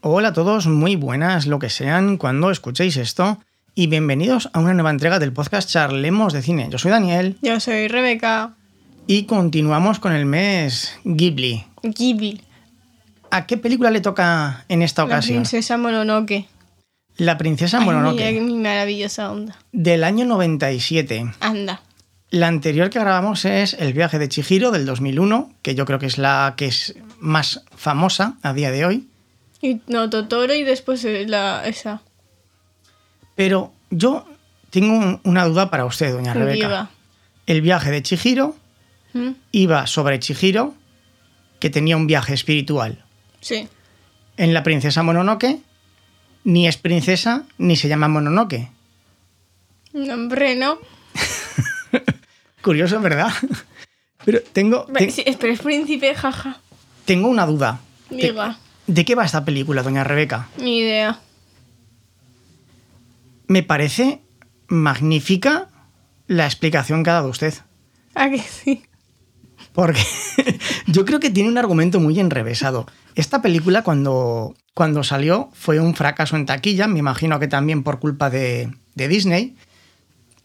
Hola a todos, muy buenas, lo que sean, cuando escuchéis esto, y bienvenidos a una nueva entrega del podcast Charlemos de Cine. Yo soy Daniel Yo soy Rebeca y continuamos con el mes Ghibli. Ghibli, ¿A qué película le toca en esta la ocasión? princesa Mononoke. La princesa Ay, Mononoke, mira qué mi maravillosa onda. del año 97. Anda. La anterior que grabamos es El viaje de Chihiro del 2001, que yo creo que es la que es más famosa a día de hoy. Y no, Totoro y después eh, la, esa. Pero yo tengo un- una duda para usted, doña Rebeca. Viva. El viaje de Chihiro ¿Mm? iba sobre Chihiro, que tenía un viaje espiritual. Sí. En la princesa Mononoke, ni es princesa ni se llama Mononoke. No, hombre, no. Curioso, ¿verdad? Pero tengo, te- Sí, pero es príncipe, jaja. tengo una duda. Te- Diga. ¿De qué va esta película, doña Rebeca? Ni idea. Me parece magnífica la explicación que ha dado usted. ¿A Ah, que sí? Porque yo creo que tiene un argumento muy enrevesado. Esta película cuando, cuando salió fue un fracaso en taquilla, me imagino que también por culpa de, de Disney,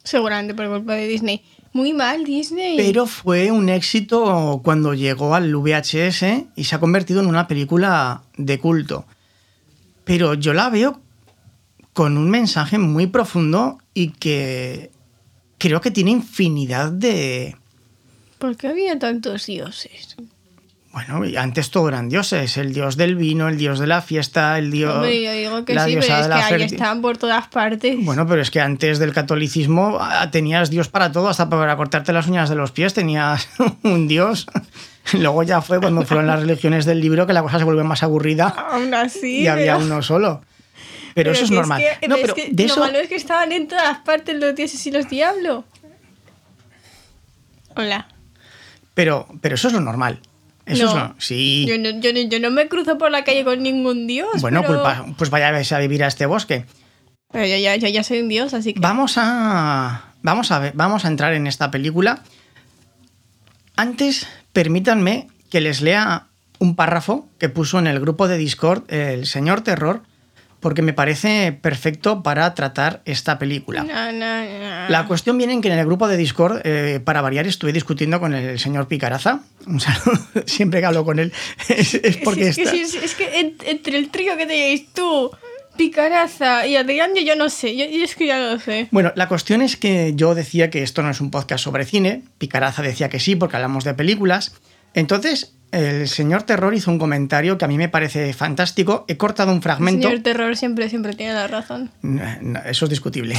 Seguramente por culpa de Disney. Muy mal, Disney. pero fue un éxito cuando llegó al VHS y se ha convertido en una película de culto. Pero yo la veo con un mensaje muy profundo y que creo que tiene infinidad de... ¿Por qué había tantos dioses? Bueno, y antes todo eran dioses, el dios del vino, el dios de la fiesta, el dios... Hombre, yo digo que la sí, diosa pero de es que la ahí ferti- están por todas partes. Bueno, pero es que antes del catolicismo ah, tenías Dios para todo, hasta para cortarte las uñas de los pies tenías un Dios. Luego ya fue cuando fueron las religiones del libro que la cosa se volvió más aburrida Aún así. y había pero- uno solo. Pero, eso es que normal. que- no, es pero que de eso, Lo malo es que estaban en todas partes los dioses y los diablos. Hola. pero, pero eso es lo normal. Eso No. es lo, sí. Yo no, yo no- yo no me cruzo por la calle con ningún dios. bueno, pero... pues, va- pues vaya a vivir a este bosque. Pero yo, ya- yo ya soy un dios, así que. Vamos a. Vamos a ver, vamos a entrar en esta película. Antes, permítanme que les lea un párrafo que puso en el grupo de Discord el señor Terror, porque me parece perfecto para tratar esta película. Na, na, na. La cuestión viene en que en el grupo de Discord, eh, para variar, estuve discutiendo con el señor Picaraza. Un saludo. Siempre que hablo con él es, es Si porque es, que, está- si es, es que en- entre el trío que tenéis tú, Picaraza y Adrián, yo, yo no sé. Yo, yo es que ya no lo sé. Bueno, la cuestión es que yo decía que esto no es un podcast sobre cine, Picaraza decía que sí porque hablamos de películas. Entonces, el señor Terror hizo un comentario que a mí me parece fantástico. He cortado un El fragmento. señor terror siempre, siempre tiene la razón. No, no, eso es discutible.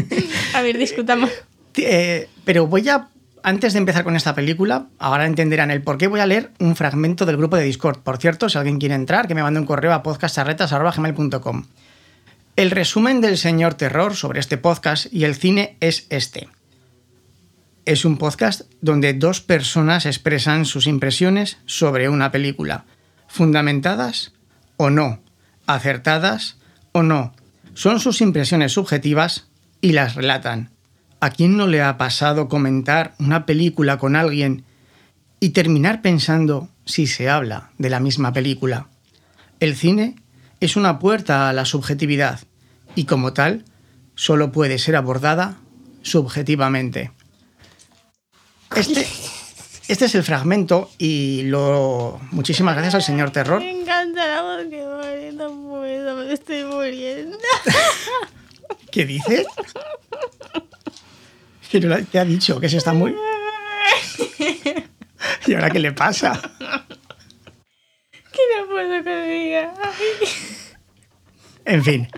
A ver, discutamos. Eh, pero voy a, antes de empezar con esta película, ahora entenderán el por qué, voy a leer un fragmento del grupo de Discord. Por cierto, si alguien quiere entrar, que me mande un correo a podcastarretas.com. El resumen del señor Terror sobre este podcast y el cine es este. Es un podcast donde dos personas expresan sus impresiones sobre una película, fundamentadas o no, acertadas o no. Son sus impresiones subjetivas y las relatan. ¿A quién no le ha pasado comentar una película con alguien y terminar pensando si se habla de la misma película? El cine es una puerta a la subjetividad y como tal solo puede ser abordada subjetivamente. Este, este es el fragmento y lo... Muchísimas gracias al señor Terror. Me encanta la voz que pone, no puedo, me estoy muriendo. ¿Qué dices? Pero la- te ha dicho que se está muy... ¿Y ahora qué le pasa? Que no puedo que diga. Ay. En fin,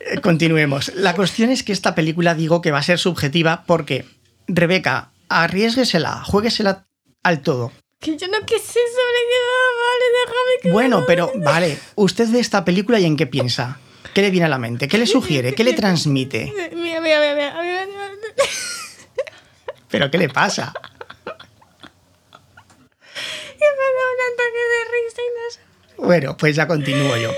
eh, continuemos. La cuestión es que esta película digo que va a ser subjetiva porque, Rebeca, arriesguesela, juéguesela al todo. Que yo no quise sobre qué va, vale, déjame que Bueno, me lo- pero vale, ¿usted ve esta película y en qué piensa? ¿Qué le viene a la mente? ¿Qué le sugiere? ¿Qué le transmite? Mira, mira, mira, mira, mira, mira, mira. ¿Pero qué le pasa? Que me da un ataque de risa y no sé. Bueno, pues ya continúo yo.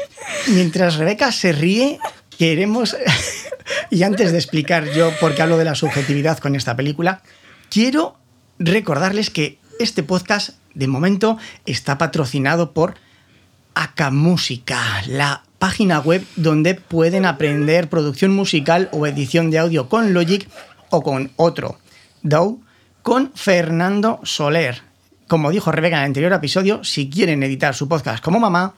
Mientras Rebeca se ríe, queremos, y antes de explicar yo por qué hablo de la subjetividad con esta película, quiero recordarles que este podcast, de momento, está patrocinado por Akamúsica, la página web donde pueden aprender producción musical o edición de audio con Logic o con otro, DAW, con Fernando Soler. Como dijo Rebeca en el anterior episodio, si quieren editar su podcast como mamá,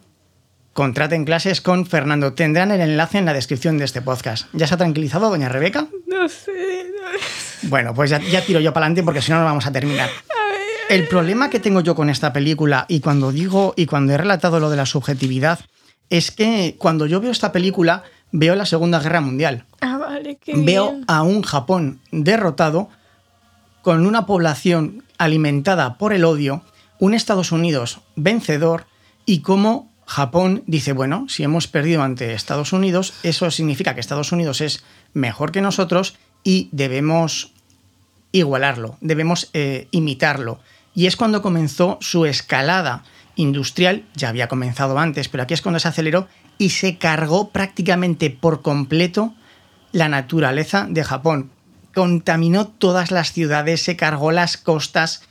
contraten clases con Fernando. Tendrán el enlace en la descripción de este podcast. ¿Ya se ha tranquilizado, doña Rebeca? No sé. no sé. Bueno, pues ya, ya tiro yo para adelante porque si no, no vamos a terminar. El problema que tengo yo con esta película y cuando digo y cuando he relatado lo de la subjetividad es que cuando yo veo esta película veo la Segunda Guerra Mundial. Ah, vale, qué Veo bien. a un Japón derrotado con una población alimentada por el odio, un Estados Unidos vencedor y cómo Japón dice, bueno, si hemos perdido ante Estados Unidos, eso significa que Estados Unidos es mejor que nosotros y debemos igualarlo, debemos eh, imitarlo. Y es cuando comenzó su escalada industrial, ya había comenzado antes, pero aquí es cuando se aceleró y se cargó prácticamente por completo la naturaleza de Japón. Contaminó todas las ciudades, se cargó las costas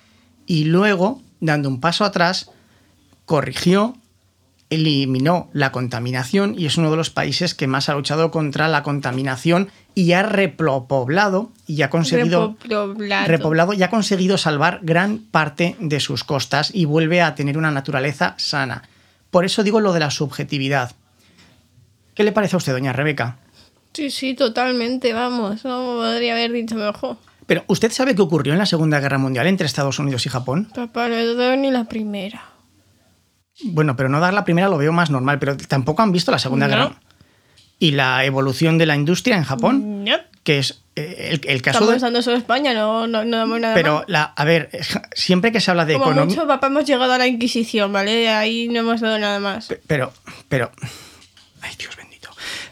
y luego, dando un paso atrás, corrigió, eliminó la contaminación y es uno de los países que más ha luchado contra la contaminación y ha repoblado y ha conseguido Repoblado. repoblado y ha conseguido salvar gran parte de sus costas y vuelve a tener una naturaleza sana. Por eso digo lo de la subjetividad. ¿Qué le parece a usted, doña Rebeca? Sí, sí, totalmente, vamos. No podría haber dicho mejor. Pero ¿usted sabe qué ocurrió en la Segunda Guerra Mundial entre Estados Unidos y Japón? Papá, no he dado ni la primera. Bueno, pero no dar la primera lo veo más normal, pero tampoco han visto la Segunda No. Guerra. ¿Y la evolución de la industria en Japón? No. Que es eh, el, el caso Estamos de... usando solo España, no, no, no damos nada más. Pero, la, a ver, siempre que se habla de Como economía... mucho, papá, hemos llegado a la Inquisición, ¿vale? De ahí no hemos dado nada más. Pe- Pero, pero. Ay, Dios bendito.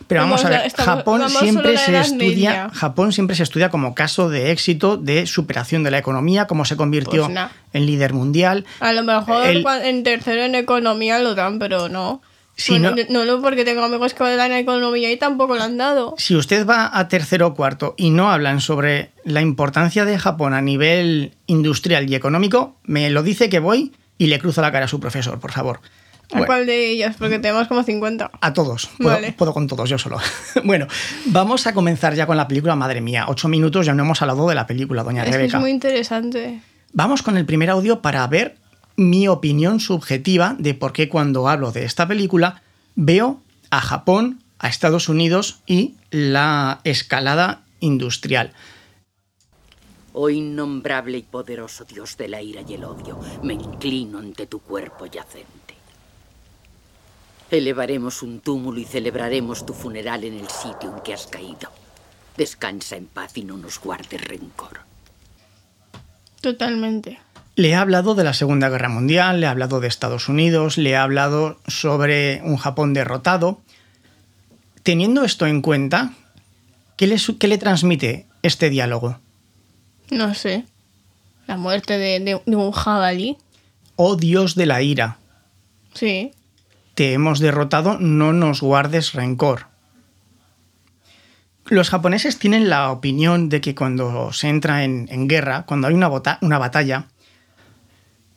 Pero Vamos vamos, a a- ver, estamos- Japón vamos solo siempre en la se Edad estudia. Media. Japón siempre se estudia como caso de éxito, de superación de la economía, cómo se convirtió Pues na. en líder mundial. A lo mejor El- cua- en tercero en economía lo dan, pero no. Si Bueno, no- no lo porque tengo amigos que dan a economía y tampoco lo han dado. Si usted va a tercero o cuarto y no hablan sobre la importancia de Japón a nivel industrial y económico, me lo dice que voy y le cruzo la cara a su profesor, por favor. ¿A Bueno. cuál de ellas? Porque tenemos como 50. A todos. Puedo, Vale. puedo con todos, yo solo. bueno, vamos a comenzar ya con la película. Madre mía, ocho minutos ya no hemos hablado de la película, doña Es que es Rebeca. muy interesante. Vamos con el primer audio para ver mi opinión subjetiva de por qué cuando hablo de esta película veo a Japón, a Estados Unidos y la escalada industrial. Oh innombrable y poderoso Dios de la ira y el odio, me inclino ante tu cuerpo yacente. Elevaremos un túmulo y celebraremos tu funeral en el sitio en que has caído. Descansa en paz y no nos guardes rencor. Totalmente. Le he hablado de la Segunda Guerra Mundial, le he hablado de Estados Unidos, le he hablado sobre un Japón derrotado. Teniendo esto en cuenta, ¿qué le, su- qué le transmite este diálogo? No sé. La muerte de, de- de un jabalí. Oh Dios de la ira, Sí. te hemos derrotado, no nos guardes rencor. Los japoneses tienen la opinión de que cuando se entra en, en guerra, cuando hay una, bota- una batalla,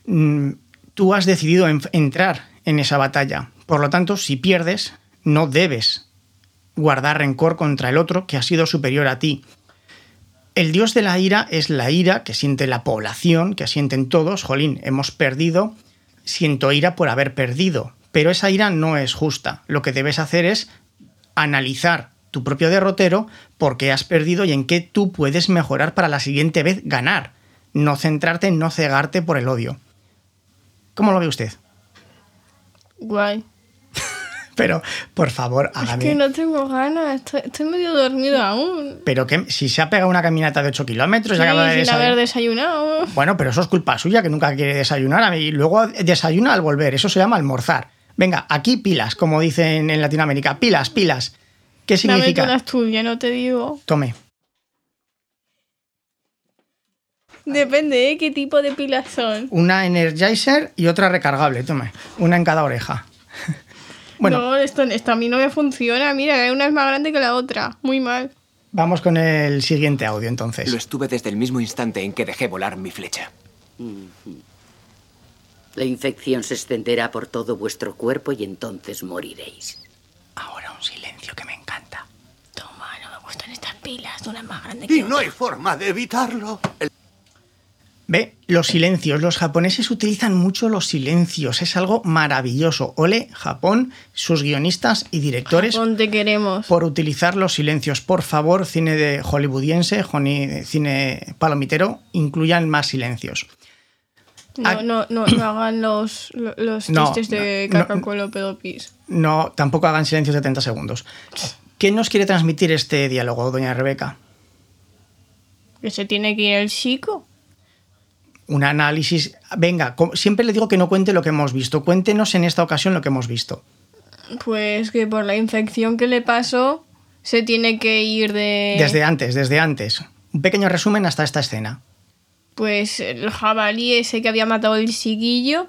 mm, tú has decidido en- entrar en esa batalla. Por lo tanto, si pierdes, no debes guardar rencor contra el otro que ha sido superior a ti. El dios de la ira es la ira que siente la población, que sienten todos. Jolín, hemos perdido, siento ira por haber perdido. Pero esa ira no es justa. Lo que debes hacer es analizar tu propio derrotero, por qué has perdido y en qué tú puedes mejorar para la siguiente vez ganar. No centrarte, no cegarte por el odio. ¿Cómo lo ve usted? Guay. Pero, por favor, Es hágame. que no tengo ganas. Estoy, estoy medio dormido aún. Pero que si se ha pegado una caminata de 8 kilómetros, Sí, y Pues acaba de sin desayunar- haber desayunado. Bueno, pero eso es culpa suya, que nunca quiere desayunar. a mí- Y luego desayuna al volver. Eso se llama almorzar. Venga, aquí pilas, como dicen en Latinoamérica. Pilas, pilas. ¿Qué Dame significa? unas tuyas, no te digo. Tome. Depende, ¿eh? ¿Qué tipo de pilas son? Una Energizer y otra recargable. Tome. Una en cada oreja. bueno, No, esto, esto a mí no me funciona. Mira, una es más grande que la otra. Muy mal. vamos con el siguiente audio Lo entonces. estuve desde el mismo instante en que dejé volar mi flecha. La infección se extenderá por todo vuestro cuerpo y entonces moriréis. Ahora un silencio que me encanta. Toma, no me gustan estas pilas, una es más grande que Y no otra. hay forma de evitarlo. El- Ve, los silencios. Los japoneses utilizan mucho los silencios. Es algo maravilloso. Ole, Japón, sus guionistas y directores Japón, te queremos. por utilizar los silencios. Por favor, cine de hollywoodiense, joni- cine palomitero, incluyan más silencios. No, Ah. no, no, no hagan los, lo- los No, chistes de no, no, caca con los pedopis. No, tampoco hagan silencios de 30 segundos. ¿Qué nos quiere transmitir este diálogo, doña Rebeca? Que se tiene que ir el chico. Un análisis. Venga, co- siempre le digo que no cuente lo que hemos visto. Cuéntenos en esta ocasión lo que hemos visto. Pues que por la infección que le pasó, se tiene que ir de. Desde antes, desde antes. Un pequeño resumen hasta esta escena. Pues el jabalí ese que había matado el chiquillo.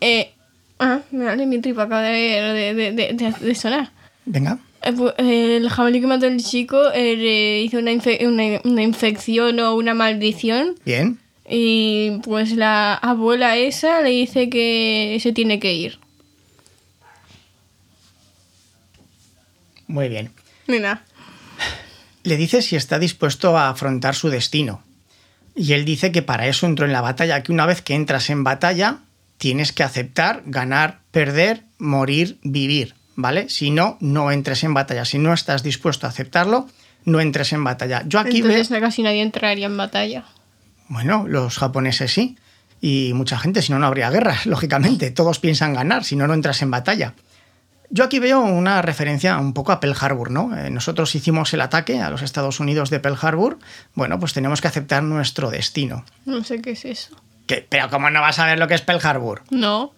Eh, ah, mira, mi tripa acaba de, de, de- de- de- de sonar. Venga. Eh, pu- eh, El jabalí que mató el chico eh, le hizo una, infe- una- una infección o una maldición. Bien. Y pues la abuela esa le dice que se tiene que ir. Muy bien. Mira. Le dice si está dispuesto a afrontar su destino. Y él dice que para eso entró en la batalla, que una vez que entras en batalla, tienes que aceptar ganar, perder, morir, vivir, ¿vale? Si no, no entres en batalla. Si no estás dispuesto a aceptarlo, no entres en batalla. Yo aquí veo... Entonces casi nadie entraría en batalla. Bueno, los japoneses sí. Y mucha gente, si no, no habría guerras, lógicamente. Todos piensan ganar, si no, no entras en batalla. Yo aquí veo una referencia un poco a Pearl Harbor, ¿no? Eh, nosotros hicimos el ataque a los Estados Unidos de Pearl Harbor. Bueno, pues tenemos que aceptar nuestro destino. No sé qué es eso. ¿Qué? Pero ¿cómo no vas a ver lo que es Pearl Harbor? No.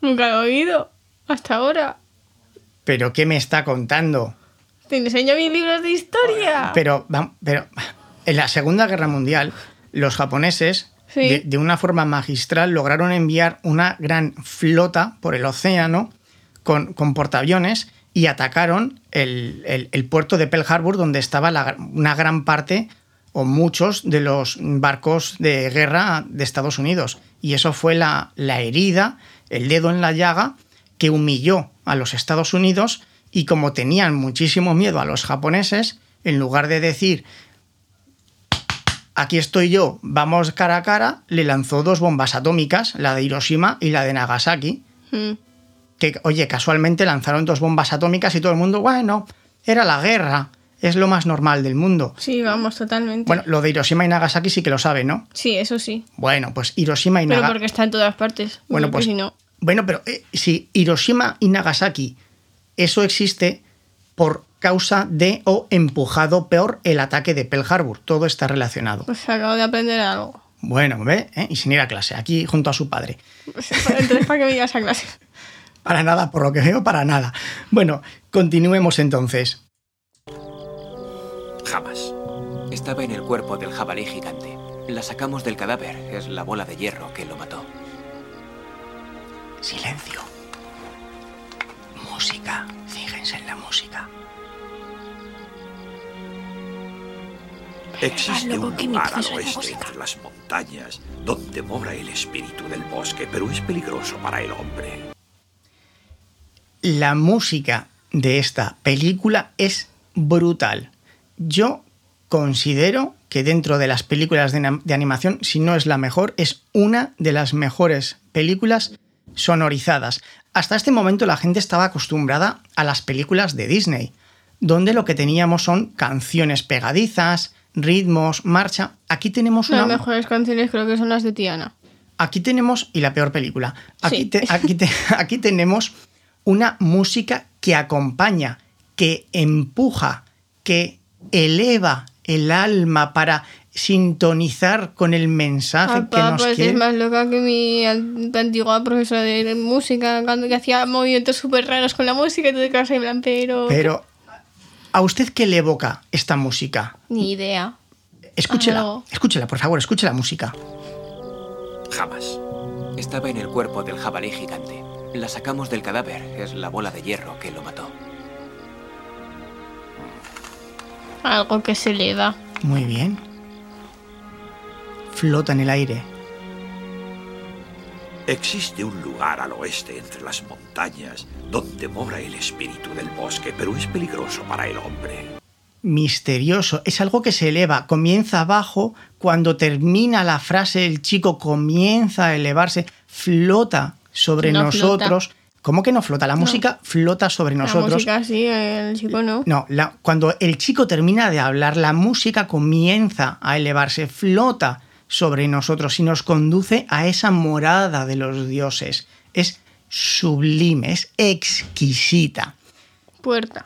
Nunca lo he oído. Hasta ahora. ¿Pero qué me está contando? Te enseño mis libros de historia. Pero, vam- pero en la Segunda Guerra Mundial, los japoneses, Sí. de, de una forma magistral, lograron enviar una gran flota por el océano con, con portaaviones y atacaron el, el- el puerto de Pearl Harbor, donde estaba la- una gran parte o muchos de los barcos de guerra de Estados Unidos. Y eso fue la, la herida, el dedo en la llaga, que humilló a los Estados Unidos y como tenían muchísimo miedo a los japoneses, en lugar de decir, aquí estoy yo, vamos cara a cara, le lanzó dos bombas atómicas, la de Hiroshima y la de Nagasaki, Mm. que, oye, casualmente lanzaron dos bombas atómicas y todo el mundo, bueno, era la guerra, es lo más normal del mundo. Sí, vamos, totalmente. Bueno, lo de Hiroshima y Nagasaki sí que lo sabe, ¿no? sí, eso sí. Bueno, pues Hiroshima y Pero Nagasaki... porque está en todas partes. Bueno, Porque pues. Si no. Bueno, pero eh, si Hiroshima y Nagasaki, eso existe por causa de o empujado peor el ataque de Pearl Harbor. Todo está relacionado. Pues acabo de aprender algo. Bueno, ¿ve? ¿Eh? Y sin ir a clase, aquí junto a su padre. Entonces, ¿para qué me llevas a clase? Para nada, por lo que veo, para nada. Bueno, continuemos entonces. Jamás. Estaba en el cuerpo del jabalí gigante. La sacamos del cadáver. Es la bola de hierro que lo mató. Silencio. Música. Fíjense en la música. Existe loco, un ¿qué lugar mierda es al esa oeste, música? entre las montañas, donde mora el espíritu del bosque, pero es peligroso para el hombre. La música de esta película es brutal. Yo considero que dentro de las películas de, na- de animación, si no es la mejor, es una de las mejores películas sonorizadas. Hasta este momento la gente estaba acostumbrada a las películas de Disney, donde lo que teníamos son canciones pegadizas, ritmos, marcha. Aquí tenemos una... Las mejores canciones creo que son las de Tiana. Aquí tenemos, y la peor película, aquí, Sí. te- aquí te- aquí tenemos una música que acompaña, que empuja, que eleva el alma para sintonizar con el mensaje que Papá, nos pues quiere. es más loca que mi an- antigua profesora de música, cuando que hacía movimientos súper raros con la música y tú te quedas ahí en plan, pero... Pero, ¿a usted qué le evoca esta música? Ni idea. Escúchela, Algo. escúchela, por favor, escuche la música. Jamás. Estaba en el cuerpo del jabalí gigante. La sacamos del cadáver. Es la bola de hierro que lo mató. Algo que se le da. Muy bien. Flota en el aire. Existe un lugar al oeste entre las montañas donde mora el espíritu del bosque, pero es peligroso para el hombre. misterioso, es algo que se eleva, comienza abajo, cuando termina la frase el chico comienza a elevarse, flota sobre No nosotros. ¿Cómo que no flota? La No. música flota sobre La nosotros. música sí, el chico no. No, la- cuando el chico termina de hablar, la música comienza a elevarse, flota sobre nosotros y nos conduce a esa morada de los dioses. Es sublime, es exquisita Puerta.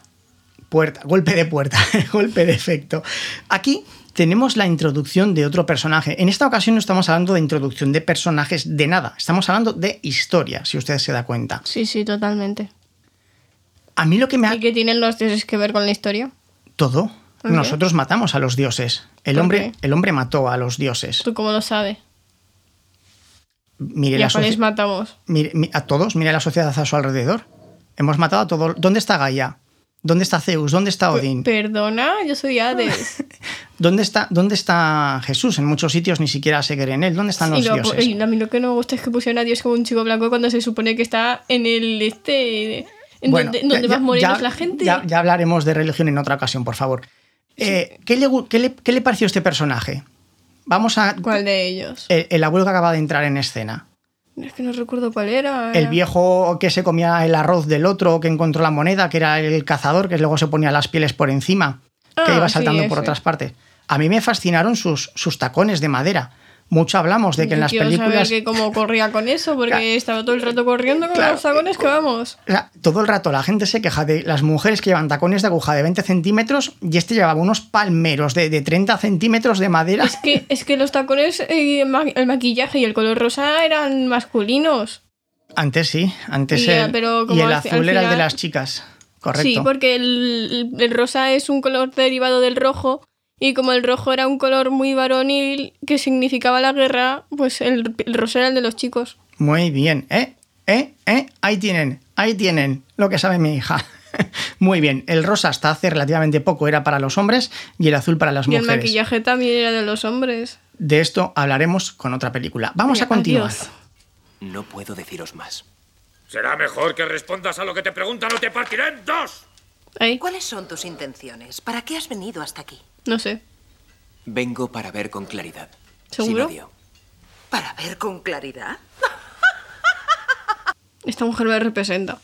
puerta, golpe de puerta, golpe de efecto. Aquí tenemos la introducción de otro personaje. En esta ocasión no estamos hablando de introducción de personajes de nada, estamos hablando de historia, si usted se da cuenta. Sí, sí, totalmente. A mí lo que me ha... ¿Y qué tienen los dioses que ver con la historia? Todo. ¿Por qué? Nosotros matamos a los dioses. El ¿Por hombre, qué? el hombre mató a los dioses. ¿Tú cómo lo sabes? Mire, ¿Y la a cuáles socie- matamos? mire- mi- a todos, mire la sociedad a su alrededor. Hemos matado a todos. ¿Dónde está Gaia? ¿Dónde está Zeus? ¿Dónde está Pe- Odín? Perdona, yo soy Hades. ¿Dónde está, ¿Dónde está Jesús? En muchos sitios ni siquiera se cree en él. ¿Dónde están los y, lo- dioses? y a mí lo que no me gusta es que pusieron a Dios como un chico blanco cuando se supone que está en el este. En Bueno, donde, en donde ya- más morenos ya- la gente. Ya, ya hablaremos de religión en otra ocasión, por favor. Eh, ¿qué, le, gu- qué le- qué le pareció este personaje? Vamos a. ¿Cuál de ellos? El, el abuelo que acaba de entrar en escena. Eh, Es que no recuerdo cuál era. El era- viejo que se comía el arroz del otro, que encontró la moneda, que era el cazador, que luego se ponía las pieles por encima, que Ah, iba sí, saltando por ese. otras partes. A mí me fascinaron sus, sus tacones de madera. Mucho hablamos de que Yo en las quiero películas. saber que cómo corría con eso, porque Claro. estaba todo el rato corriendo con Claro. los tacones que vamos. O sea, todo el rato la gente se queja de las mujeres que llevan tacones de aguja de 20 centímetros y este llevaba unos palmeros de, de 30 centímetros de madera. Es que, es que los tacones, eh, ma- el maquillaje y el color rosa eran masculinos. Antes sí, antes Y ya, el, pero y como el al fi- azul al era el de final- las chicas. Correcto. Sí, porque el, el rosa es un color derivado del rojo. Y como el rojo era un color muy varonil que significaba la guerra, pues el, el rosa era el de los chicos. Muy bien, ¿eh? ¿Eh? ¿Eh? Ahí tienen, ahí tienen lo que sabe mi hija. Muy bien, el rosa hasta hace relativamente poco era para los hombres y el azul para las Y el mujeres. maquillaje también era de los hombres. De esto hablaremos con otra película. Vamos a Adiós. continuar. No puedo deciros más. Será mejor que respondas a lo que te preguntan o te partiré en dos. Ahí, ¿Cuáles son tus intenciones? ¿Para qué has venido hasta aquí? no sé. Vengo para ver con claridad. ¿Seguro? Sin odio. ¿Para ver con claridad? Esta mujer me representa.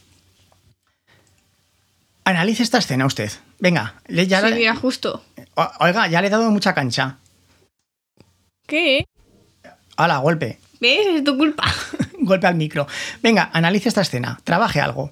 Analice esta escena usted. Venga, le- ya Sí, le- mira, justo. O- Oiga, ya le he dado mucha cancha. ¿Qué? Hala, golpe. ¿Ves? Es tu culpa. Golpe al micro. Venga, analice esta escena. Trabaje algo.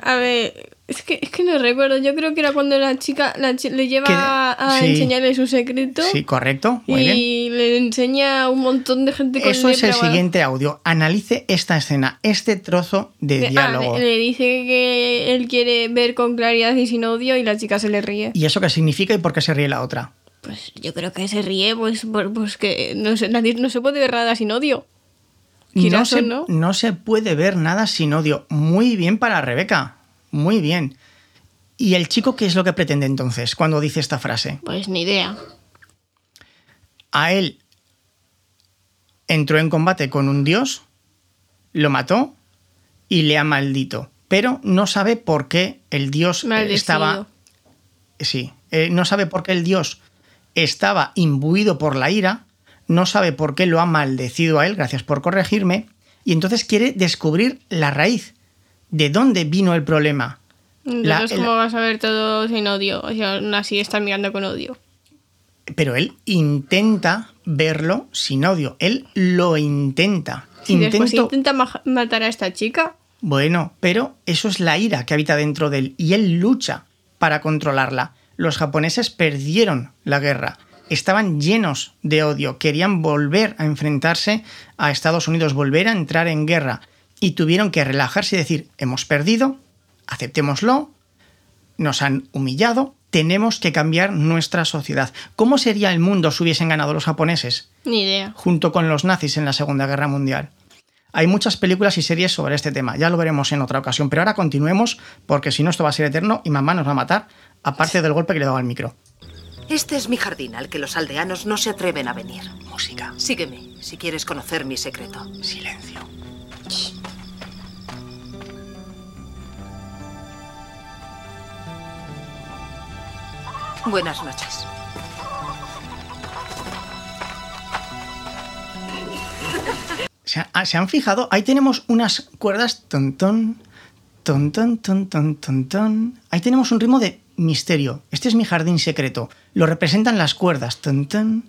A ver, es que, es que no recuerdo. Yo creo que era cuando la chica la chi- le lleva Que- a sí. enseñarle su secreto Sí, correcto. Muy bien. y le enseña a un montón de gente con Eso es el lepra o algo. siguiente audio. Analice esta escena, este trozo de, Le- ah, diálogo. le, le dice que él quiere ver con claridad y sin odio y la chica se le ríe. ¿Y eso qué significa y por qué se ríe la otra? Pues yo creo que se ríe, pues, por- pues que no se, nadie- no se puede ver nada sin odio. No Girasol, se, ¿no? no se puede ver nada sin odio. Muy bien para Rebeca. Muy bien. ¿Y el chico qué es lo que pretende entonces cuando dice esta frase? Pues ni idea. A él entró en combate con un dios, lo mató y le ha maldito. Pero no sabe por qué el dios eh, Maldecido. estaba. Sí, eh, no sabe por qué el dios estaba imbuido por la ira, no sabe por qué lo ha maldecido a él, gracias por corregirme, y entonces quiere descubrir la raíz. ¿De dónde vino el problema? La- Entonces, el- ¿cómo vas a ver todo sin odio? O sea, aún así está mirando con odio. Pero él intenta verlo sin odio. Él lo intenta. Si después Intento- intenta ma- matar a esta chica, Bueno, pero eso es la ira que habita dentro de él y él lucha para controlarla. Los japoneses perdieron la guerra, estaban llenos de odio, querían volver a enfrentarse a Estados Unidos, volver a entrar en guerra y tuvieron que relajarse y decir, hemos perdido, aceptémoslo, nos han humillado, tenemos que cambiar nuestra sociedad. ¿Cómo sería el mundo si hubiesen ganado los japoneses? ni idea. junto con los nazis en la Segunda Guerra Mundial. Hay muchas películas y series sobre este tema, ya lo veremos en otra ocasión, pero ahora continuemos porque si no esto va a ser eterno y mamá nos va a matar, aparte del golpe que le daba al micro. Este es mi jardín al que los aldeanos no se atreven a venir. Música. Sígueme. si quieres conocer mi secreto. Silencio. Buenas noches. ¿Se, ha- ah, ¿se han fijado? Ahí tenemos unas cuerdas tontón, tontón, tontón, tontón. Ahí tenemos un ritmo de misterio. Este es mi jardín secreto. Lo representan las cuerdas. Tontón,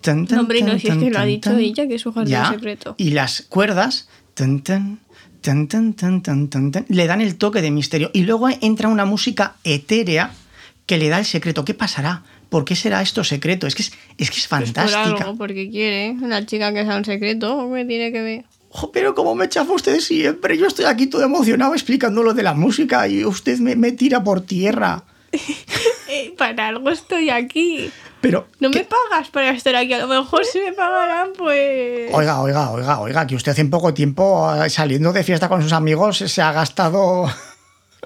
tontón, No, hombre, no, si es tontón, que lo ha dicho tontón. ella, que es su jardín Ya. secreto. Y las cuerdas tontón, tontón, tontón, tontón, le dan el toque de misterio. Y luego entra una música etérea que le da el secreto. ¿Qué pasará? ¿Por qué será esto secreto? Es que es, es, que es Pues por fantástica. algo, porque quiere. La chica que sea un secreto, me tiene que ver. Jo, pero como me chafa usted siempre, yo estoy aquí todo emocionado explicando lo de la música y usted me, me tira por tierra. Eh, para algo estoy aquí. Pero... No ¿qué- me pagas para estar aquí. A lo mejor si me pagaran, pues. Oiga, oiga, oiga, oiga, que usted hace poco tiempo eh, saliendo de fiesta con sus amigos se ha gastado...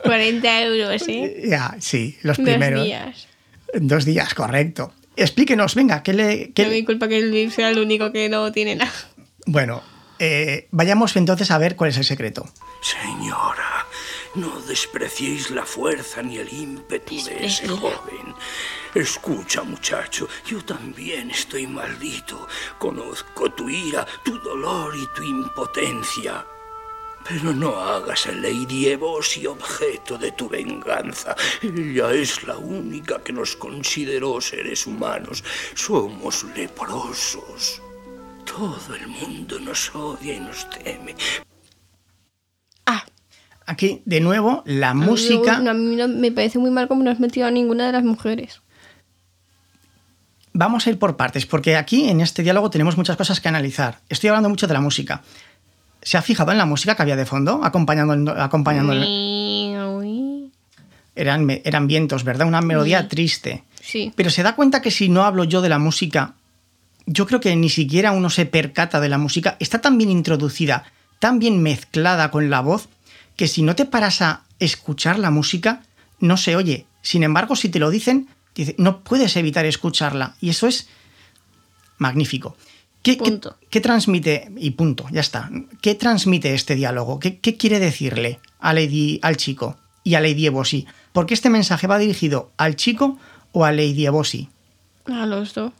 40 euros, ¿eh? Ya, sí, los Dos primeros. días. Dos días, correcto. Explíquenos, venga, ¿qué le...? qué No le- es mi culpa que el Luis sea el único que no tiene nada. Bueno, eh, vayamos entonces a ver cuál es el secreto. Señora, no despreciéis la fuerza ni el ímpetu de ese joven. Escucha, muchacho, yo también estoy maldito. Conozco tu ira, tu dolor y tu impotencia. Pero no hagas a Lady Evosi objeto de tu venganza. Ella es la única que nos consideró seres humanos. Somos leprosos. Todo el mundo nos odia y nos teme, Ah, Aquí, de nuevo, la a mí no- música... no, a mí no- me parece muy mal como no has metido a ninguna de las mujeres. Vamos a ir por partes, porque aquí en este diálogo tenemos muchas cosas que analizar. Estoy hablando mucho de la música. ¿Se ha fijado en la música que había de fondo? Acompañando, acompañando Uy, uy. eran, me- eran vientos, ¿verdad? Una melodía triste. Sí. Pero se da cuenta que si no hablo yo de la música, yo creo que ni siquiera uno se percata de la música. Está tan bien introducida, tan bien mezclada con la voz, que si no te paras a escuchar la música, no se oye. Sin embargo, si te lo dicen, dice, no puedes evitar escucharla. Y eso es magnífico. ¿Qué, qué- Punto. qué transmite? Y punto, ya está. ¿Qué transmite este diálogo? ¿Qué, qué quiere decirle a Lady, al chico y a Lady Ebosi? Porque este mensaje va dirigido al chico o a Lady Ebosi. A los dos.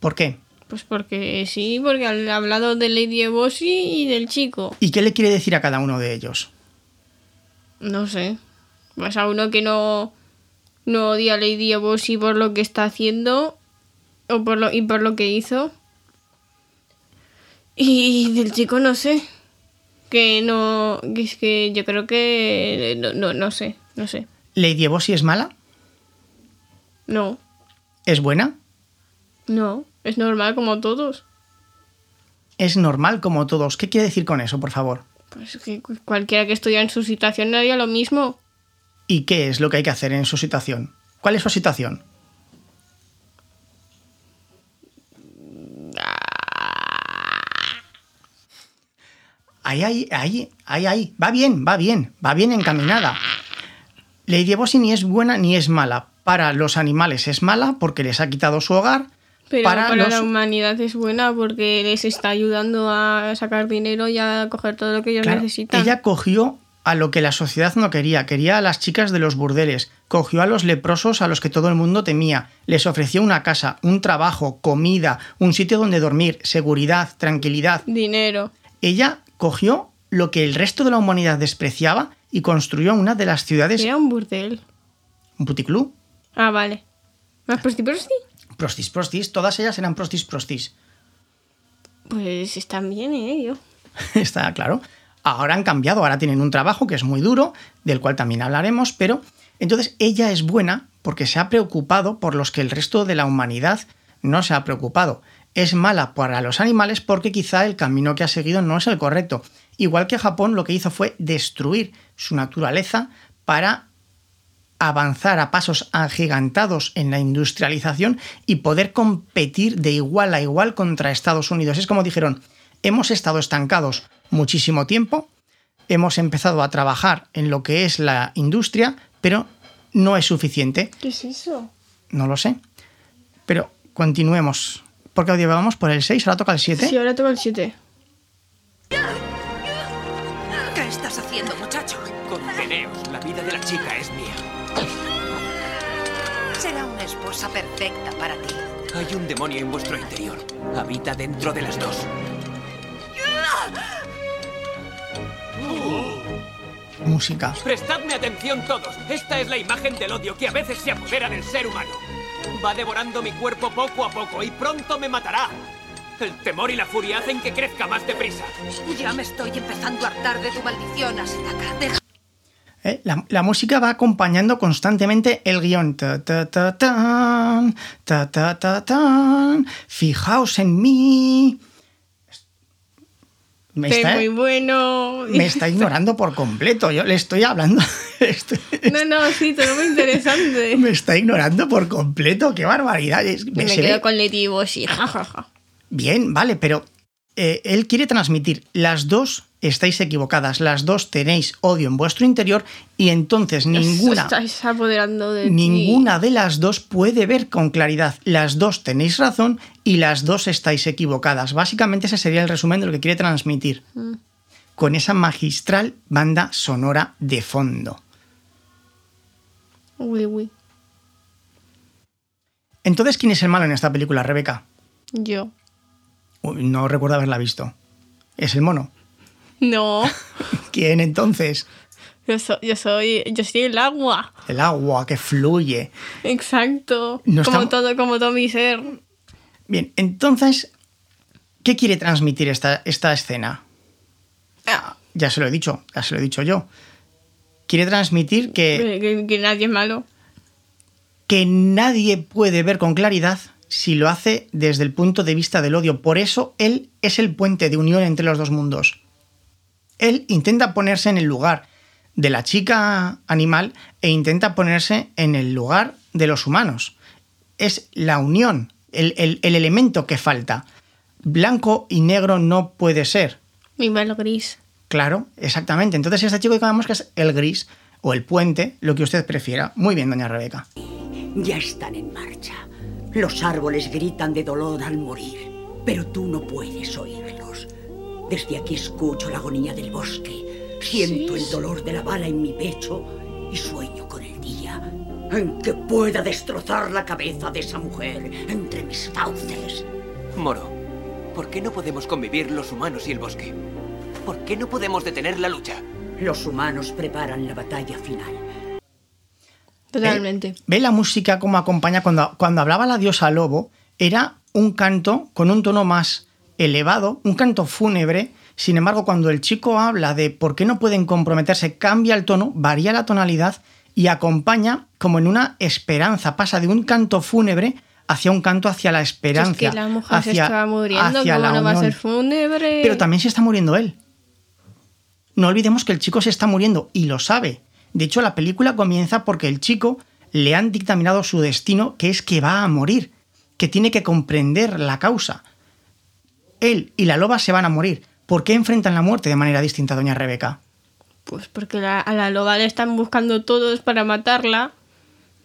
¿Por qué? Pues porque sí, porque han hablado de Lady Ebosi y del chico. ¿Y qué le quiere decir a cada uno de ellos? No sé. Vas a uno que no, no odia a Lady Ebosi por lo que está haciendo o por lo, y por lo que hizo. Y del chico no sé. Que no. que es que yo creo que. No, no, no sé. No sé. ¿Lady Ebosi es mala? No. ¿Es buena? No. Es normal como todos. ¿Es normal como todos? ¿Qué quiere decir con eso, por favor? Pues que cu- cualquiera que estuviera en su situación haría lo mismo. ¿Y qué es lo que hay que hacer en su situación? ¿Cuál es su situación? Ahí, ahí, ahí, ahí, ahí. Va bien, va bien, va bien encaminada. Lady Ebosi ni es buena ni es mala. Para los animales es mala porque les ha quitado su hogar. Pero para para, los... la humanidad es buena porque les está ayudando a sacar dinero y a coger todo lo que ellos Claro, necesitan. Ella cogió a lo que la sociedad no quería, quería a las chicas de los burdeles, cogió a los leprosos a los que todo el mundo temía, les ofreció una casa, un trabajo, comida, un sitio donde dormir, seguridad, tranquilidad. Dinero. Ella cogió lo que el resto de la humanidad despreciaba y construyó una de las ciudades, Era un burdel. un puticlub, Ah, vale. ¿Más prostitutas sí? prostis prostis, todas ellas eran prostis prostis. Pues están bien, ¿eh? Yo. Está claro. Ahora han cambiado, ahora tienen un trabajo que es muy duro, del cual también hablaremos, pero entonces ella es buena porque se ha preocupado por los que el resto de la humanidad no se ha preocupado. Es mala para los animales porque quizá el camino que ha seguido no es el correcto. Igual que Japón lo que hizo fue destruir su naturaleza para avanzar a pasos agigantados en la industrialización y poder competir de igual a igual contra Estados Unidos. Es como dijeron, hemos estado estancados muchísimo tiempo, hemos empezado a trabajar en lo que es la industria, pero no es suficiente. ¿Qué es eso? No lo sé. Pero continuemos. por qué audio vamos? ¿Por el 6? ¿Ahora toca el 7? Sí, ahora toca el 7. ¿Qué estás haciendo, muchacho? Conteneos, la vida de la chica es mía. Será una esposa perfecta para ti. Hay un demonio en vuestro interior. Habita dentro de las dos. Música. Prestadme atención todos. Esta es la imagen del odio que a veces se apodera del ser humano. Va devorando mi cuerpo poco a poco y pronto me matará. El temor y la furia hacen que crezca más deprisa. Ya me estoy empezando a hartar de tu maldición, Asetaka. Deja ¿Eh? La, la música va acompañando constantemente el guión. Ta, ta, ta, tan, ta, ta, ta, tan. Fijaos en mí. Me Que está, muy bueno. me está ignorando por completo. Yo le estoy hablando. le estoy- No, no, sí, todo muy interesante. me está ignorando por completo. ¡Qué barbaridad! Es- me se quedo ve- con Leti y vos y jajaja. Bien, vale, pero eh, él quiere transmitir, las dos estáis equivocadas, las dos tenéis odio en vuestro interior y entonces ninguna, Estáis apoderando de ti. ninguna de las dos puede ver con claridad, las dos tenéis razón y las dos estáis equivocadas. Básicamente ese sería el resumen de lo que quiere transmitir con esa magistral banda sonora de fondo. Uy, uy. Entonces, ¿quién es el malo en esta película, Rebeca? Yo. Uy, no recuerdo haberla visto. Es el mono. No. ¿Quién entonces? Yo, so- yo soy. Yo soy el agua. El agua que fluye. Exacto. No como estamos- todo, como todo mi ser. Bien, entonces, ¿qué quiere transmitir esta, esta escena? Ah, ya se lo he dicho, ya se lo he dicho yo. Quiere transmitir que, Que, que- que nadie es malo. que nadie puede ver con claridad si lo hace desde el punto de vista del odio. Por eso él es el puente de unión entre los dos mundos. Él intenta ponerse en el lugar de la chica animal e intenta ponerse en el lugar de los humanos. Es la unión, el, el- el elemento que falta. Blanco y negro no puede ser. Mi malo gris. Eh. Claro, exactamente. Entonces este chico que vemos que es el gris o el puente, lo que usted prefiera. Muy bien, doña Rebeca. Ya están en marcha. Los árboles gritan de dolor al morir, pero tú no puedes oírlos. Desde aquí escucho la agonía del bosque, siento el dolor de la bala en mi pecho y sueño con el día en que pueda destrozar la cabeza de esa mujer entre mis fauces. Moro, ¿por qué no podemos convivir los humanos y el bosque? ¿Por qué no podemos detener la lucha? Los humanos preparan la batalla final. Totalmente. Ve la música como acompaña cuando, cuando hablaba la diosa lobo, era un canto con un tono más elevado, un canto fúnebre. Sin embargo, cuando el chico habla de por qué no pueden comprometerse, cambia el tono, varía la tonalidad y acompaña como en una esperanza. Pasa de un canto fúnebre hacia un canto hacia la esperanza. Es que la mujer se hacia- está muriendo. hacia ¿Cómo la no va a ser unión. fúnebre? Pero también se está muriendo él. No olvidemos que el chico se está muriendo y lo sabe. De hecho, la película comienza porque el chico le han dictaminado su destino, que es que va a morir, que tiene que comprender la causa. Él y la loba se van a morir. ¿Por qué enfrentan la muerte de manera distinta, doña Rebeca? Pues porque la- a la loba le están buscando todos para matarla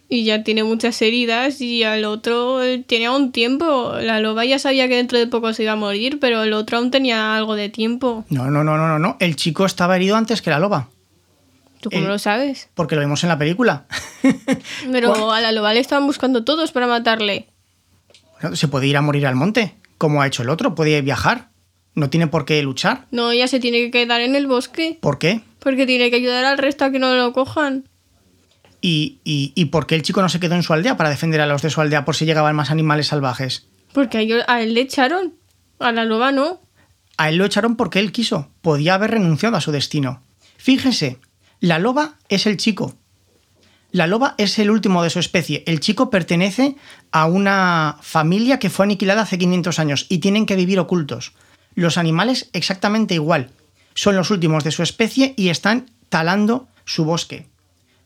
y ya tiene muchas heridas y al otro eh, tenía un tiempo. La loba ya sabía que dentro de poco se iba a morir, pero el otro aún tenía algo de tiempo. No, no, no, no, no, no. El chico estaba herido antes que la loba, ¿Tú cómo El- lo sabes? porque lo vemos en la película. Pero a la loba le estaban buscando todos para matarle. Bueno, se puede ir a morir al monte, como ha hecho el otro, puede viajar. No tiene por qué luchar. No, ella se tiene que quedar en el bosque ¿Por qué? porque tiene que ayudar al resto a que no lo cojan. ¿Y, y, y por qué el chico no se quedó en su aldea para defender a los de su aldea por si llegaban más animales salvajes? Porque a, ello- a él le echaron, a la loba no. A él lo echaron porque él quiso. Podía haber renunciado a su destino. Fíjense, la loba es el chico. La loba es el último de su especie. El chico pertenece a una familia que fue aniquilada hace 500 años y tienen que vivir ocultos. Los animales exactamente igual. Son los últimos de su especie y están talando su bosque.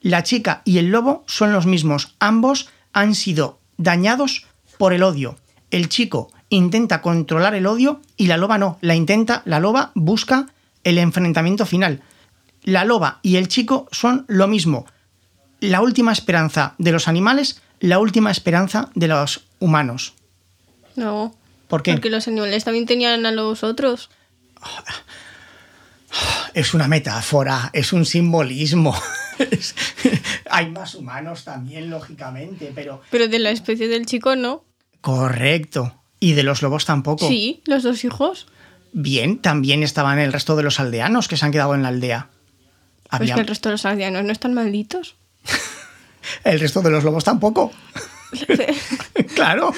La chica y el lobo son los mismos. Ambos han sido dañados por el odio. El chico intenta controlar el odio y la loba no. La intenta, la loba busca el enfrentamiento final. La loba y el chico son lo mismo. La última esperanza de los animales, la última esperanza de los humanos. No, ¿Por qué? Porque los animales también tenían a los otros. Es una metáfora, es un simbolismo. Es- Hay más humanos también, lógicamente, pero... Pero de la especie del chico no. Correcto. Y de los lobos tampoco. Sí, los dos hijos. Pues Bien, también estaban el resto de los aldeanos que se han quedado en la aldea. Pues Había- que el resto de los aldeanos no están malditos. el resto de los lobos tampoco. claro.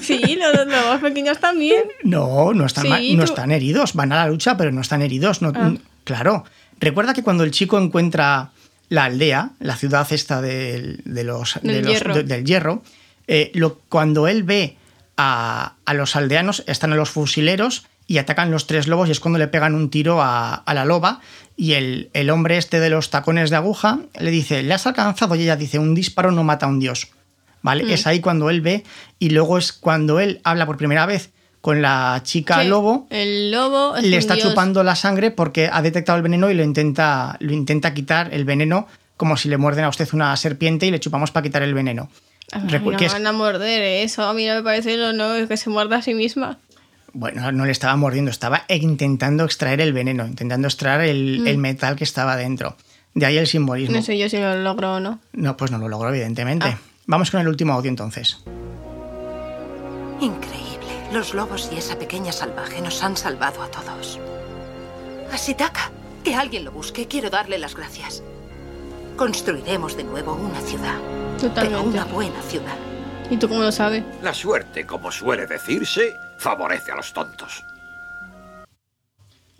Sí, los los lobos pequeños también. No, no están, Sí, ma- no tú- están heridos. Van a la lucha, pero no están heridos. No, Ah. Claro. Recuerda que cuando el chico encuentra la aldea, la ciudad esta del- de, los, de Del los- hierro. de- del hierro, eh, lo- cuando él ve a, a los aldeanos, están a los fusileros y atacan los tres lobos y es cuando le pegan un tiro a, a la loba y el, el hombre este de los tacones de aguja le dice, le has alcanzado y ella dice, un disparo no mata a un dios. ¿Vale? Mm. Es ahí cuando él ve y luego es cuando él habla por primera vez con la chica Sí, lobo El lobo es le un está dios. chupando la sangre porque ha detectado el veneno y lo intenta, lo intenta quitar el veneno como si le muerden a usted una serpiente y le chupamos para quitar el veneno. Ah, Recu- no que es- van a morder ¿eh? eso. A mí no me parece lo no es que se muerda a sí misma. bueno, no le estaba mordiendo, estaba intentando extraer el veneno, intentando extraer el, el metal que estaba dentro. De ahí el simbolismo. Mm. No sé yo si lo logro o no. No, pues no lo logró, evidentemente. Ah. Vamos con el último audio entonces. Increíble. Los lobos y esa pequeña salvaje nos han salvado a todos. Asitaka, que alguien lo busque, quiero darle las gracias. Construiremos de nuevo una ciudad, pero Totalmente. una buena ciudad. ¿Y tú cómo lo sabes? La suerte, como suele decirse, favorece a los tontos.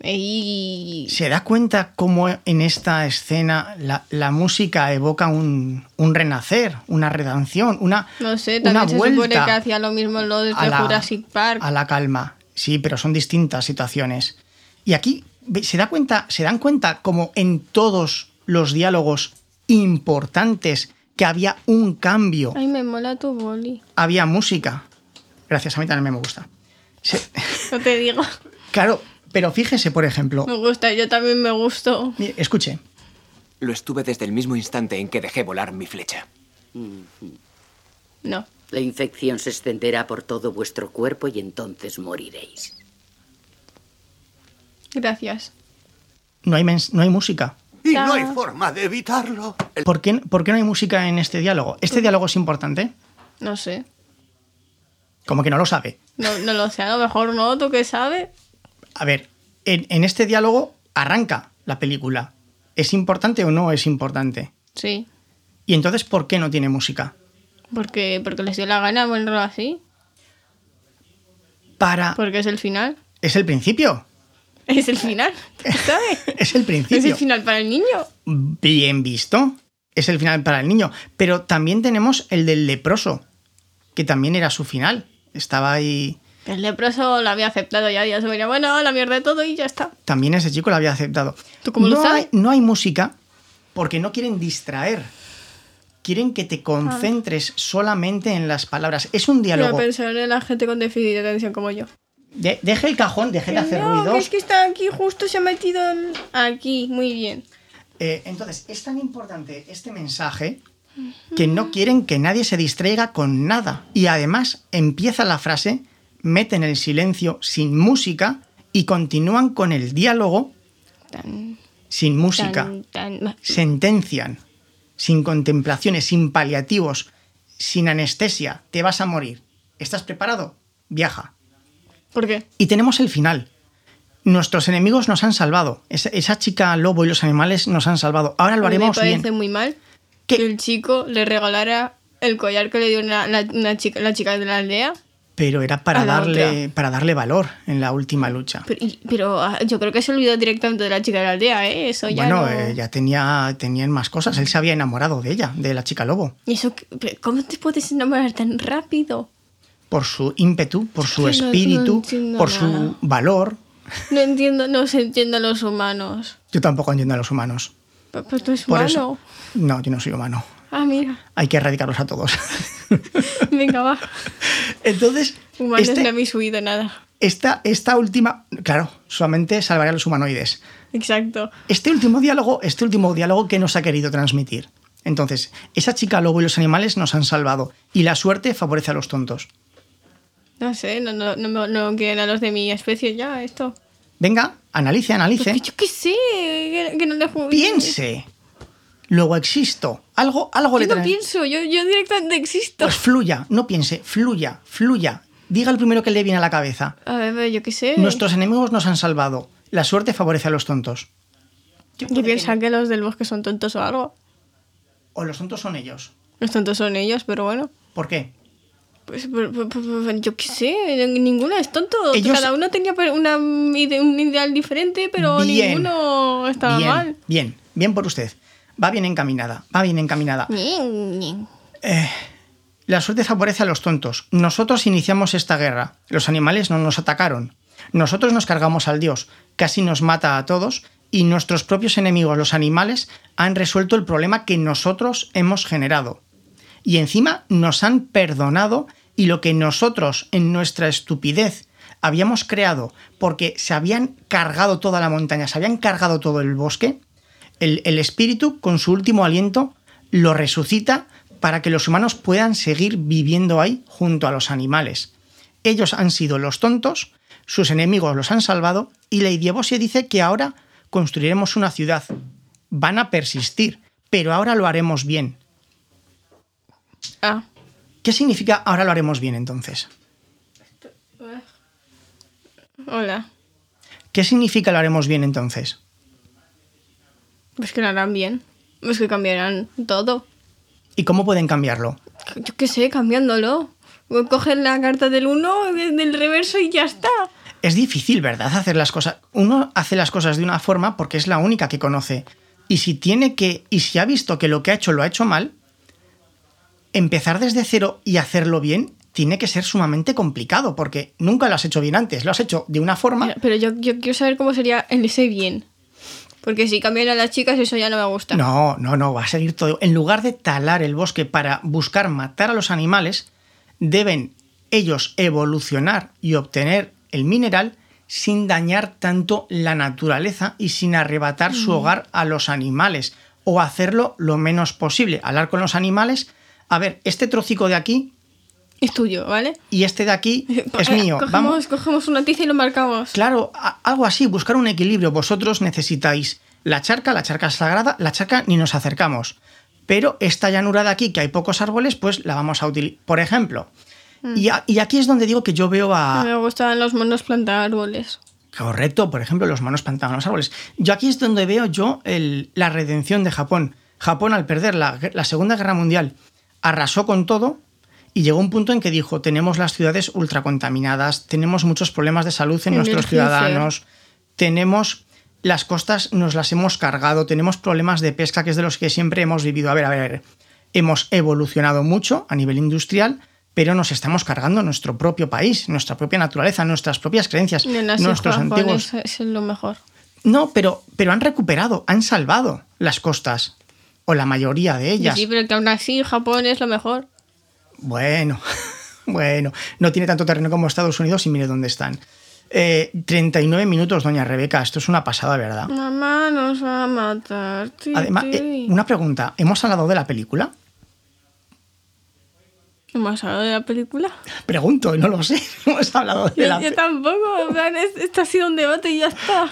Ey. ¿Se da cuenta cómo en esta escena la, la música evoca un, un renacer, una redención, una, No sé, una también se supone que vuelta? hacía lo mismo en los de Jurassic Park. a la calma. Sí, pero son distintas situaciones. Y aquí ve- se da cuenta, se dan cuenta como en todos los diálogos importantes que había un cambio, Ay, me mola tu boli. había música. Gracias, a mí también me gusta. Se- No te digo. claro, pero fíjese, por ejemplo, Me gusta, yo también me gusto. mire, escuche, Lo estuve desde el mismo instante en que dejé volar mi flecha. No. La infección se extenderá por todo vuestro cuerpo y entonces moriréis. Gracias. no hay, mens- no hay música. Y Ya. no hay forma de evitarlo. El- ¿Por qué, por qué no hay música en este diálogo? Pues Este diálogo es importante, No sé. como que no lo sabe. No, no lo sé, a lo mejor no, tú qué sabes. A ver, en, en este diálogo arranca la película. ¿Es importante o no es importante? Sí. Y entonces, ¿por qué no tiene música? Porque, porque les dio la gana ponerlo así. Para... Porque es el final. Es el principio. Es el final. ¿Sabes? Es el Es principio. el final para el niño. Bien visto. Es el final para el niño. Pero también tenemos el del leproso, que también era su final. Estaba ahí... El leproso lo había aceptado ya, ya se venía, bueno, la mierda de todo y ya está. También ese chico lo había aceptado. ¿Tú cómo lo no, sabes? Hay, no hay música porque no quieren distraer. Quieren que te concentres solamente en las palabras. Es un Voy a diálogo. pensar en la gente con déficit de atención como yo. De- deje el cajón, deje de hacer no, ruidos. que es que está aquí, justo se ha metido en- aquí, muy bien. Eh, entonces, es tan importante este mensaje que no quieren que nadie se distraiga con nada. Y además empieza la frase, meten el silencio sin música y continúan con el diálogo Tan, sin música. tan, tan. Sentencian, sin contemplaciones, sin paliativos, sin anestesia. Te vas a morir. ¿Estás preparado? Viaja. ¿Por qué? Y tenemos el final. Nuestros enemigos nos han salvado. Esa, esa chica lobo y los animales nos han salvado. Ahora lo A mí me haremos parece bien. muy mal ¿Qué? que el chico le regalara el collar que le dio una, la, una chica, la chica de la aldea. Pero era para a la darle, para darle valor en la última lucha. Pero, y- pero, ah, yo creo que se olvidó directamente de la chica de la aldea, ¿eh? Eso ya bueno, no... eh, ya tenía, tenían más cosas. Él se había enamorado de ella, de la chica lobo, ¿Y eso qué- pero ¿Cómo te puedes enamorar tan rápido? por su ímpetu, por su Es que no- no espíritu, entiendo por su nada. valor. No entiendo, no se entiende a los humanos. Yo tampoco entiendo a los humanos. P- Pues tú eres Por humano. eso. No, yo no soy humano. Ah, mira. Hay que erradicarlos a todos. Venga, va. Entonces, Humanos este- no habéis subido nada. esta, esta última, claro, solamente salvaré a los humanoides. Exacto. este último diálogo, este último diálogo que nos ha querido transmitir. Entonces, esa chica lobo y los animales nos han salvado y la suerte favorece a los tontos. No sé, no, no, no, no quieren a los de mi especie ya, esto. Venga, analice, analice. Pues que yo qué sé, que, que no le juego. Piense. Luego existo. Algo, algo Yo le no trae. pienso, yo, yo directamente existo. Pues fluya, no piense, fluya, fluya. Diga lo primero que le viene a la cabeza. A ver, pero yo qué sé. Nuestros enemigos nos han salvado. La suerte favorece a los tontos. ¿Y piensan que los del bosque son tontos o algo? O los tontos son ellos. Los tontos son ellos, pero bueno. ¿Por qué? Pues, pues, pues, pues, yo qué sé, ninguno es tonto. Ellos- Cada uno tenía per- una, ide- un ideal diferente, pero Bien. ninguno estaba bien, mal. bien, bien por usted. Va bien encaminada, va bien encaminada. Eh, la suerte favorece a los tontos. Nosotros iniciamos esta guerra. Los animales no nos atacaron. Nosotros nos cargamos al dios. Casi nos mata a todos. Y nuestros propios enemigos, los animales, han resuelto el problema que nosotros hemos generado. Y encima nos han perdonado y lo que nosotros en nuestra estupidez habíamos creado porque se habían cargado toda la montaña, se habían cargado todo el bosque, el, el espíritu, con su último aliento, lo resucita para que los humanos puedan seguir viviendo ahí junto a los animales. Ellos han sido los tontos, sus enemigos los han salvado y la idiobosia dice que ahora construiremos una ciudad. Van a persistir, pero ahora lo haremos bien. Ah. ¿Qué significa ahora lo haremos bien entonces? Hola. ¿Qué significa lo haremos bien entonces? Pues que lo harán bien. Pues que cambiarán todo. ¿Y cómo pueden cambiarlo? Yo qué sé, cambiándolo. Cogen la carta del 1, del reverso y ya está. Es difícil, ¿verdad? Hacer las cosas. Uno hace las cosas de una forma porque es la única que conoce. Y si tiene que. Y si ha visto que lo que ha hecho lo ha hecho mal, empezar desde cero y hacerlo bien tiene que ser sumamente complicado porque nunca lo has hecho bien antes. Lo has hecho de una forma. Mira, Pero yo, yo quiero saber cómo sería el ese bien. Porque si cambian a las chicas, eso ya no me gusta. No, no, no, va a seguir todo. En lugar de talar el bosque para buscar matar a los animales, deben ellos evolucionar y obtener el mineral sin dañar tanto la naturaleza y sin arrebatar su hogar a los animales o hacerlo lo menos posible. Hablar con los animales, a ver, este trocico de aquí Es tuyo, ¿vale? y este de aquí es mío. Cogemos, Vamos, cogemos una tiza y lo marcamos. Claro, a- algo así, buscar un equilibrio. Vosotros necesitáis la charca, la charca es sagrada, la charca ni nos acercamos. Pero esta llanura de aquí, que hay pocos árboles, pues la vamos a utilizar. Por ejemplo. Y, a- y aquí es donde digo que yo veo No me a. gustan los monos plantar árboles. Correcto, por ejemplo, los manos plantados en los árboles. Yo aquí es donde veo yo el- la redención de Japón. Japón, al perder la, gue- la Segunda Guerra Mundial, arrasó con todo y llegó un punto en que dijo: Tenemos las ciudades ultracontaminadas, tenemos muchos problemas de salud en En nuestros el jefe. ciudadanos, tenemos las costas, nos las hemos cargado, tenemos problemas de pesca, que es de los que siempre hemos vivido. A ver, a ver, a ver. Hemos evolucionado mucho a nivel industrial, pero nos estamos cargando nuestro propio país, nuestra propia naturaleza, nuestras propias creencias, No, no, sí, nuestros Juan, Juan, antiguos. es- es lo mejor. No, pero, pero han recuperado, han salvado las costas, o la mayoría de ellas. Sí, pero que aún así Japón es lo mejor. Bueno, bueno, no tiene tanto terreno como Estados Unidos y mire dónde están. Eh, 39 minutos, doña Rebeca, esto es una pasada, ¿verdad? Mamá nos va a matar. ti, Además, ti. eh, una pregunta. ¿Hemos hablado de la película? ¿Hemos hablado de la película? Pregunto, no lo sé. Hemos hablado de la yo, yo pe- tampoco. en plan, es- Esto ha sido un debate y ya está.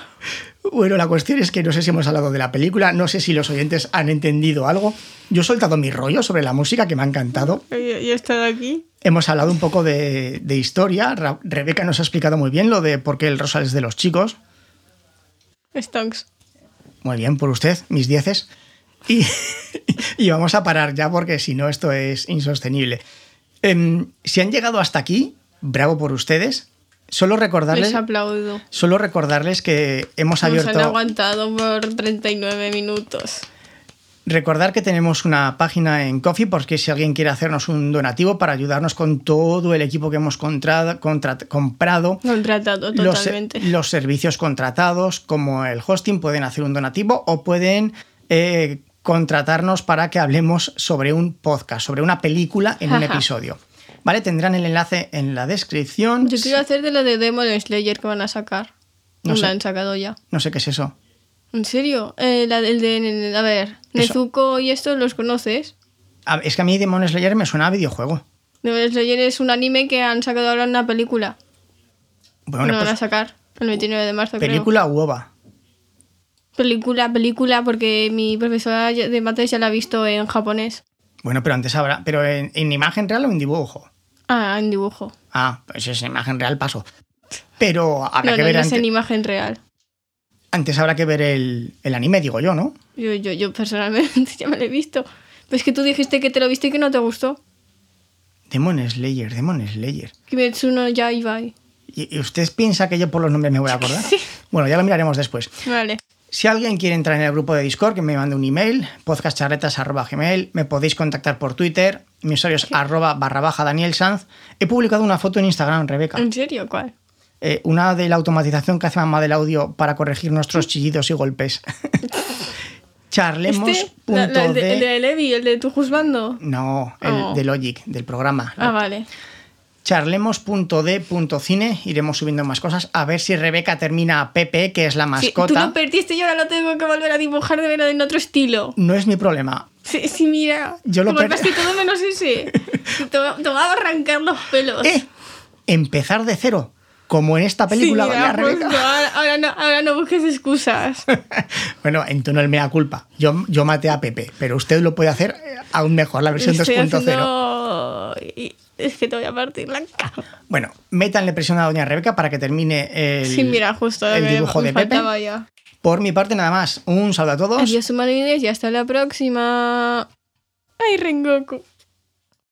Bueno, la cuestión es que no sé si hemos hablado de la película, no sé si los oyentes han entendido algo. Yo he soltado mi rollo sobre la música que me ha encantado. Yo, yo he estado aquí. Hemos hablado un poco de, de historia. Ra- Rebeca nos ha explicado muy bien lo de por qué el rosal es de los chicos. Stonks. Muy bien, por usted, mis dieces. Y, y vamos a parar ya porque si no esto es insostenible. Em, si han llegado hasta aquí, bravo por ustedes. Solo recordarles, Les aplaudo. solo recordarles que hemos Pues Nos han abierto... aguantado por 39 minutos. Recordar que tenemos una página en Coffee porque si alguien quiere hacernos un donativo para ayudarnos con todo el equipo que hemos contrada- contra- comprado, Contratado los, totalmente. los servicios contratados como el hosting pueden hacer un donativo o pueden eh, contratarnos para que hablemos sobre un podcast, sobre una película en un Ajá. episodio. ¿Vale? Tendrán el enlace en la descripción. Yo quiero hacer de lo de Demon Slayer que van a sacar. No No sé. la han sacado ya. No sé qué es eso. ¿En serio? Eh, la, el de. A ver, Eso. Nezuko y esto los conoces. A- Es que a mí Demon Slayer me suena a videojuego. Demon Slayer es un anime que han sacado ahora una película. Bueno, Bueno, pues, van a sacar el 29 de marzo, creo. película uova. Película, película, porque mi profesora ya- de mates ya la ha visto en japonés. Bueno, pero antes habrá. ¿Pero en, en imagen real o en dibujo? Ah, en dibujo. Ah, pues si es en imagen real, paso. Pero habrá no, que no, ver no es antes, en imagen real. antes habrá que ver el, el anime, digo yo, ¿no? Yo, yo, yo personalmente ya me lo he visto. Pero es que tú dijiste que te lo viste y que no te gustó. Demon Slayer, Demon Slayer. Kimetsu no Yaiba. ¿Y, y usted piensa que yo por los nombres me voy a acordar? Bueno, ya lo miraremos después. Vale. Si alguien quiere entrar en el grupo de Discord, que me mande un email, podcastcharretas.gmail, me podéis contactar por Twitter, mi usuario es arroba barra baja Daniel Sanz. He publicado una foto en Instagram, Rebeca. ¿En serio? ¿Cuál? Eh, una de la automatización que hace mamá del audio para corregir Mm. nuestros chillidos y golpes. Charlemos. Este, la- la- el, de, de- el de Levi, el de tu juzgando. No, el Oh. de Logic, del programa. Ah, vale. Charlemos.d.cine, iremos subiendo más cosas. A ver si Rebeca termina a Pepe, que es la Sí, tú mascota. lo perdiste y ahora lo tengo que volver a dibujar de verdad en otro estilo. no es mi problema. Sí, sí, mira. Yo lo Te volcaste per- todo menos ese. Te, te va a arrancar los pelos. ¡Eh! Empezar de cero, como en esta Sí, película, mira, ¿verdad, pues Rebeca? no, ahora, ahora no, ahora no busques excusas. Bueno, en tono el mea culpa. Yo, yo maté a Pepe, pero usted lo puede hacer eh, aún mejor, la versión Estoy 2.0. haciendo- y- Es que te voy a partir la cara. Bueno, métanle presión a doña Rebeca para que termine el, sí, mira, justo lo el que dibujo me de Pepe. faltaba ya. Por mi parte, nada más. Un saludo a todos. Adiós, humanoides, y hasta la próxima. Ay, Rengoku.